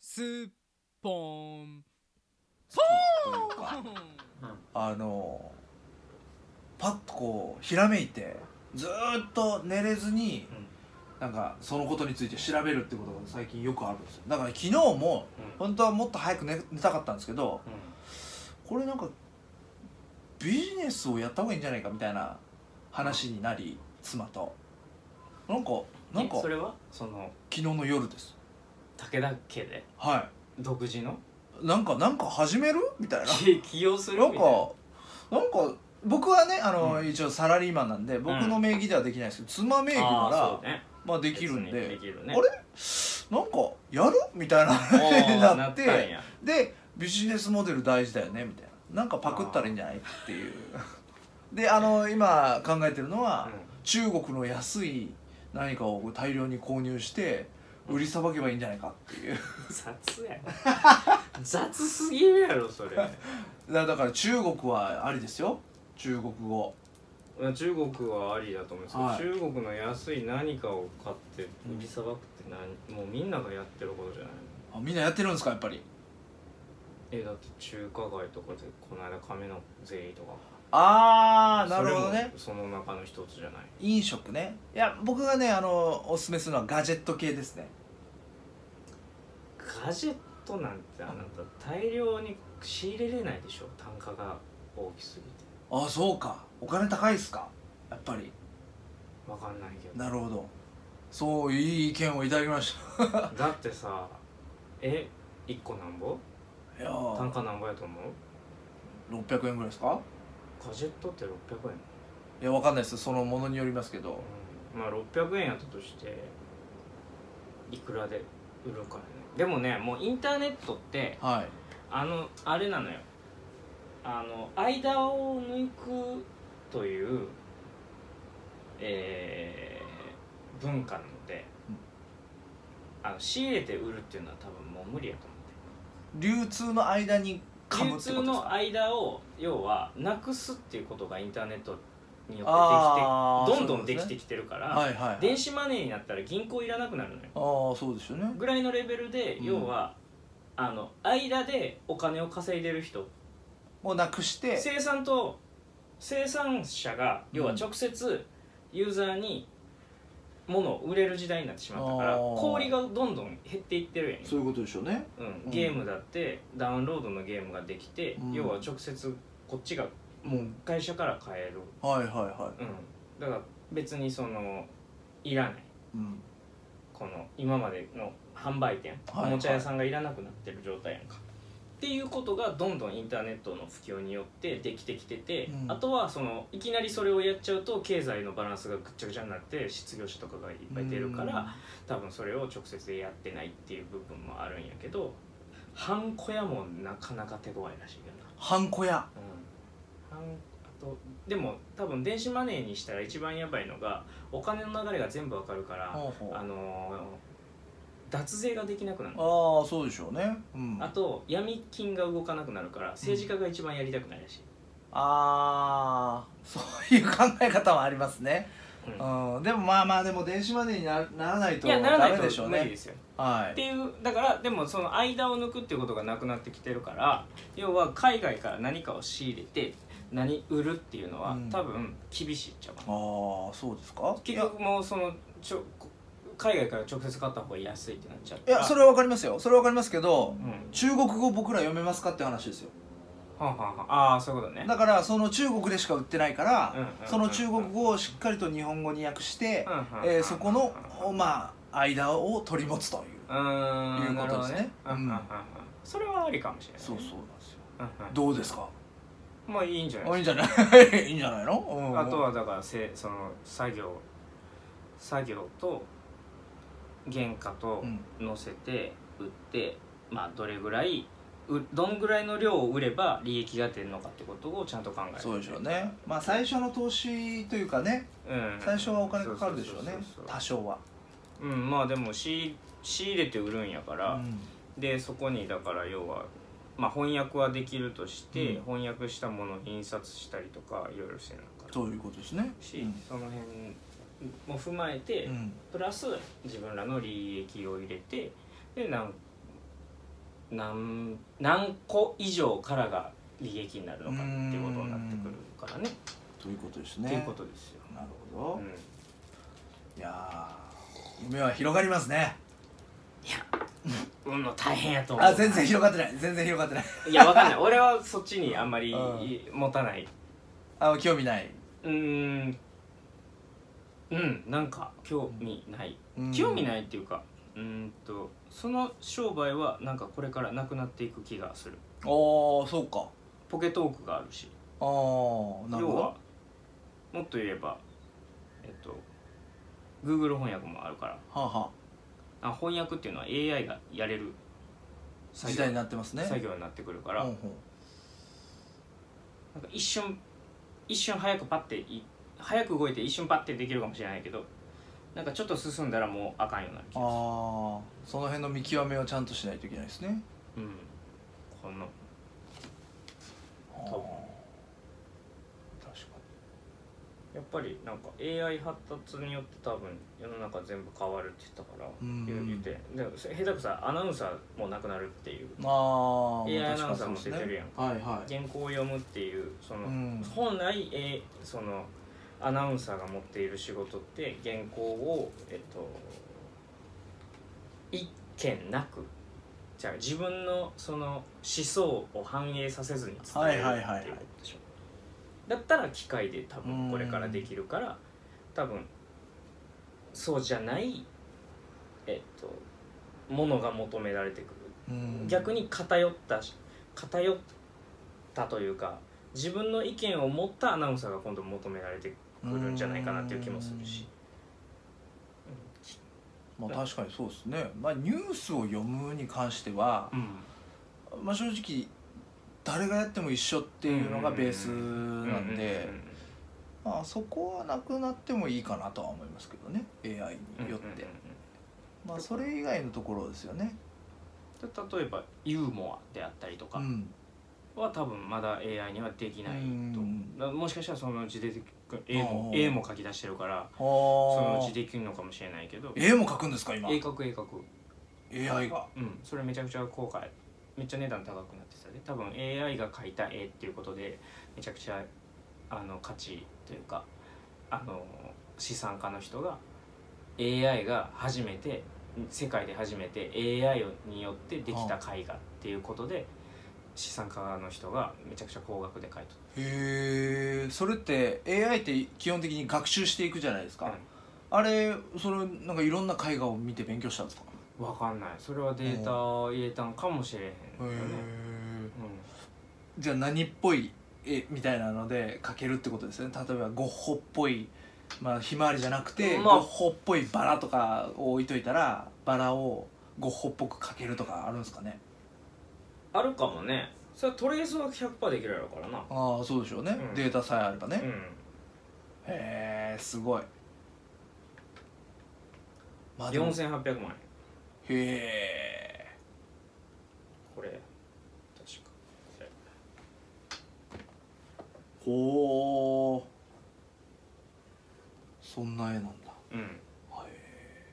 スッポンあのパッとこうひらめいてずーっと寝れずに、なんかそのことについて調べるってことが最近よくあるんですよだから昨日もうん本当はもっと早く寝寝たかったんですけどこれなんかビジネスをやった方がいいんじゃないかみたいな話になり妻となんかなんかえそ昨れはその日の夜です武田家では独自のいなんかなんか始めるみたいな起 起用するなんみたいなかなんか僕はねあの、う一応サラリーマンなんで僕の名義ではできないですけど、妻名義なあーらそう、ねまあできるん別にでできるねあれなんかやるみたいなお話 ーにななっってたんやでビジネスモデル大事だよねみたいななんかパクったらいいんじゃないって いうであの今考えてるのは、中国の安い何かを大量に購入して売りさばけばいいんじゃないかっていう雑 やろ雑すぎるやろそれだだから中国はありですよ中国語中国はありだと思うんですけど、はい中国の安い何かを買ってうん売りさばくって何、もうみんながやってることじゃないあみんなやってるんですかやっぱりえだって中華街とかでこの間亀の税理とかああなるほどねそれもその中の一つじゃない飲食ねいや僕がねあのおすすめするのはガジェット系ですねガジェットなんてあなた大量に仕入れれないでしょ単価が大きすぎてあそうかお金高いっすかやっぱりわかんないけ どなるほどそういい意見をいただきましだってさえ一個なんぼたいや単ー価なんぼやと思う600円ぐらいですかガジェットって600円いやわかんないですそのものによりますけどうんまあ600円やったとしていくらで売るかねでもねもうインターネットってはいあのあれなのよあの間を抜くというえー文化なので、あの仕入れて売るっていうのは多分もう無理やと思って流通の間に噛むって流こ通とですのか間を要はなくすっていうことがインターネットによあっーてできてどんどそんういでうことですねきてきてるから、はいはい、はい、電子マネーになったら銀行いらなくなるのよああそうですよねぐらいのレベルでうん要は、あの間でお金を稼いでる人もうなくして生産と生産者が要はうん直接ユーザーに物を売れる時代になってしまったからあー氷がどんどん減っていってるやんそういうことでしょうねううんん、ゲームだってダウンロードのゲームができて、うん要は直接こっちがもうん会社から買える、はいはいはうん、だから別にそのいらないい、うん、この今までの販売店、はいおもちゃ屋さんがいらなくなってる状態やんか。っていうことがどんどんインターネットの普及によってできてきてて、うんあとはそのいきなりそれをやっちゃうと経済のバランスがぐっちゃぐちゃになって失業者とかがいっぱい出るから、多分それを直接やってないっていう部分もあるんやけど半小屋もなかなか手強いらしいけどな、ハンコ屋うん、半あとでも多分電子マネーにしたら一番やばいのがお金の流れが全部わかるから、ほうほうあのー脱税ができなくなるああそうでしょうねうんあと闇金が動かなくなるから政治家が一番やりたくないらしい、あーそういう考え方もありますね、うんうん、でもまあまあでも電子マネーになならないといやならダないメでしとょう無理ねですよはっいていうだからでもその間を抜くっていうことがなくなってきてるから要は海外から何かを仕入れて何売るっていうのは、うん多分厳しいっちゃうかなああそうですか結局もうそのちょ海外から直接買った方が安いってなっちゃういかやらいやそれは分かりますよそれは分かりますけどうんは中国語僕ら読めますかって話ですよんはんはんああそういうことねだからその中国でしか売ってないから、うんうんうんその中国語をしっかりと日本語に訳して、うんえーそこのまあ間を取り持つといううーんいうことですねなるほどうんうんうんうんそれはありかもしれないそうそうなんですようんどうですかうんまあいいんじゃないあいいんじゃないい いんじゃないの、うんあとはだからせその作業作業と原価とうん乗せて売って、まあどれぐらいうどんぐらいの量を売れば利益が出るのかってことをちゃんと考えるそうでしょうねまあ最初の投資というかねうん、最初はお金かかるでしょうねそうそうそうそう多少は、うんまあでも仕仕入れて売るんやから、でそこにだから要は、まあ、翻訳はできるとして、うん翻訳したものを印刷したりとかいろいろしてなあかったそういうことですねし、その辺も踏まえて、うんプラス自分らの利益を入れてでなん何何個以上からが利益になるのかっていうことになってくるからねということですっていうねことですよ、なるほど、うんいやー夢は広がりますねうんの大変やと思うあ全然広がってない全然広がってないいやわかんない俺はそっちにあんまりう持たないあ興味ないうーんうんなんか興味ない、うん興味ないっていうかうーんとその商売はなんかこれからなくなっていく気がするああそうかポケトークがあるしああなる要ほはどもっと言えばえっと Google 翻訳もあるからはあ、はあ翻訳っていうのは AI がやれるあ、作時業代になってますね作業になってくるから、うんうんなんか一瞬一瞬早くパッてい早く動いて一瞬パッてできるかもしれないけどなんかちょっと進んだらもうあかんようになる気あがあすその辺の見極めをちゃんとしないといけないですねる、うん、このあー多分確かやっぱりなんか AI 発達によって多分世の中全部変わるって言ったからうん言う言ってでも下手くさアナウンサーもなくなるっていうにああ AI 確かにそうアナウンサーも出てるやんはいはい原稿を読むっていうその、うん本来、えーそのアナウンサーが持っている仕事って原稿をえっと一件なくじゃあ自分のその思想を反映させずに伝えるはいはいはいはいっていうことでしょだったら機械で多分これからできるから多分そうじゃないえっとものが求められてくるうん逆に偏ったし偏ったというか自分の意見を持ったアナウンサーが今度求められてくるんじゃないかなっていう気もするしまあ確かにそうですねまあニュースを読むに関してはうん、まあ正直誰がやっても一緒っていうのがベースなんでまあそこはなくなってもいいかなとは思いますけどね AI うんうんうんうんによってまあそれ以外のところですよねで例えばユーモアであったりとうかんは多分まだ AI にはできないとう思んうだからもしかしたらそのうち出てくる A もあー A も書き出してるからそそののうちできるのかもしれないけど絵も描くんですか今絵描く絵描く AI がうん、それめちゃくちゃ高価めっちゃ値段高くなってたで多分 AI が描いた絵っていうことでめちゃくちゃあの価値というかあの資産家の人が AI が初めて世界で初めて AI によってできた絵画っていうことで資産家の人がめちゃくちゃ高額で描いとっへえそれって AI って基本的に学習していくじゃないですた、か、あれそれなんかいろんな絵画を見て勉強したんですかうん、分かんないそれはデータを入れたんかもしれへんへよね、えうんじゃあ何っぽい絵みたいなので描けるってことですね例えばゴッホっぽいまあひまわりじゃなくて、まあゴッホっぽいバラとかを置いといたらバラをゴッホっぽく描けるとかあるんですかねあるかもねそれはトレースは100%できるやろからなああそうでしょうね、うんデータさえあればね、へうんえすごいまあでもへ4800万円えこれ確かこれほーそんな絵なんだうへえ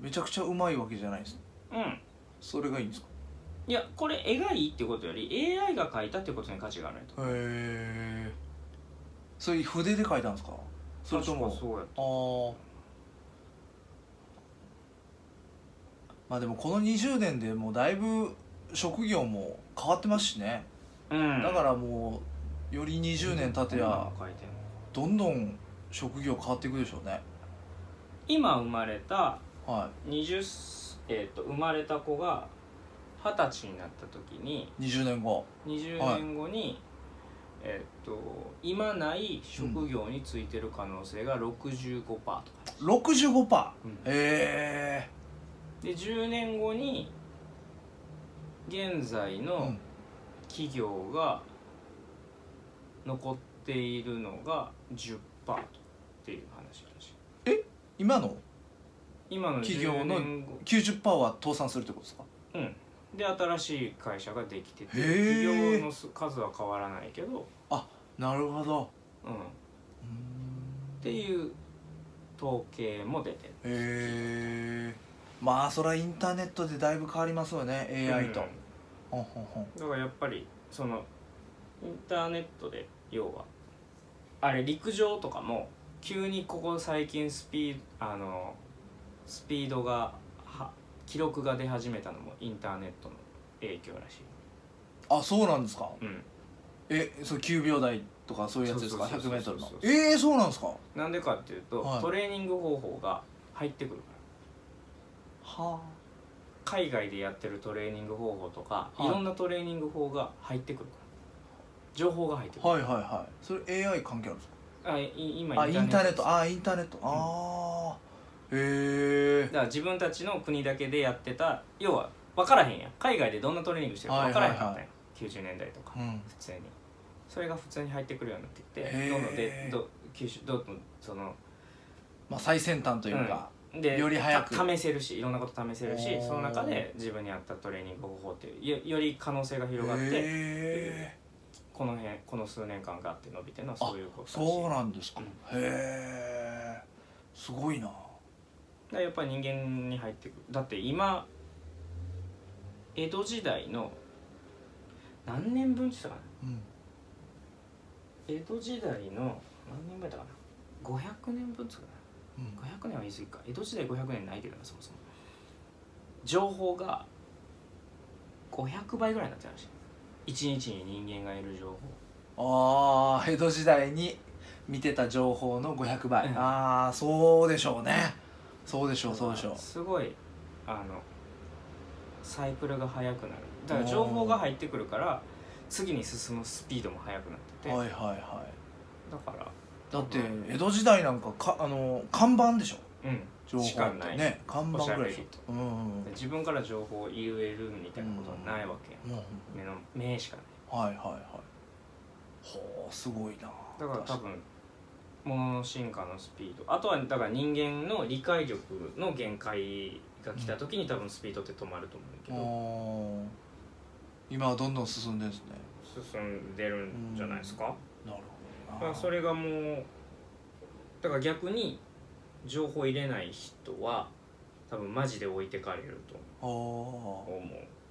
めちゃくちゃうまいわけじゃないですんうんそれがいいんですかいやこれ絵がいいってことより AI が描いたってことに価値があるとへえそれ筆で描いたんですかそれとも確かそうやああまあでもこの20年でもうだいぶ職業も変わってますしね、うんだからもうより20年経てやこんなの描いてんのどんどん職業変わっていくでしょうね今生まれたは20えっ、と生まれた子が二十歳になった時にい20年後20年後に、えっ、と今ない職業についてる可能性が65%とか、 65%うんへえで10年後に現在の企業が残っているのが10%っていう話らしい今の今の企業の10年後90%は倒産するってことですかうんで新しい会社ができててへ企ー業の数数は変わらないけど、なるほどうん、っていう統計も出てるへえまあそれはインターネットでだいぶ変わりますよね AI と、うんほんほんほんだからやっぱりそのインターネットで要はあれ陸上とかも急にここ最近スピーあのスピードがは記録が出始めたのもインターネットの影響らしあそうなんですかい、うん、えそう9秒台とかそういうやつですかそうそうそ 100m のうそうそうそうそうええそうなんですかはなんでかっていうと、はいトレーニング方法が入ってくるからあ海外でやってるトレーニング方法とか、はいい、ろんなトレーニング法が入ってくるから情報が入ってくる、はいはいはいそれ AI 関係あるんですかあい今あインターネッですトあインターネットああへえだから自分たちの国だけでやってた要は分からへんやん海外でどんなトレーニングしてるかはい分はかいらはへいんかったんや90年代とかうん普通にそれが普通に入ってくるようになってきへてーどんどんでど吸収どんどんそのまあ最先端というか、でより早くた試せるしいろんなこと試せるしおーその中で自分に合ったトレーニング方法っていうよより可能性が広がっへてえこの辺この数年間があって伸びてるのはそういうことだしそうなんですか、うんへえすごいなだからやっぱり人間に入ってくるだって今江戸時代の何年分って言ったかなうん江戸時代の何年前だかな500年分っつうかうんな500年は言い過ぎか江戸時代500年ないけどなそもそも情報が500倍ぐらいになってるらしい1日に人間がいる情報ああ江戸時代に見てた情報の500倍、うんああそうでしょうねそうでしょうそうでしょうすごいあのサイクルが速くなるだから情報が入ってくるから次に進むスピードも速くなってて、はいはいはいだからだって江戸時代なんかかあの看板でしょうん情報時間っなていね看板ぐらいでしおしゃべりとょうんうん自分から情報を言えるみたいなことはないわけやんうん、うん目の目しかないはいはいはいほうすごいなだから多確分ものの進化のスピードあとはだから人間の理解力の限界が来た時に多分スピードって止まると思うけかにど、おー今はどんどん進んでるんですね進んでるんじゃないですか、なるほどまなあ、それがもうだから逆に情報入れない人は多分マジで置いてかれるあーと思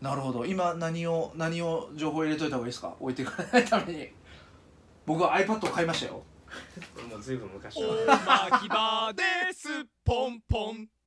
うなるほど今何を何を情報入れといた方がいいですか置いていかないために僕は iPad を買いましたよこれもうずいぶん昔 おはまき場です。ポンポン。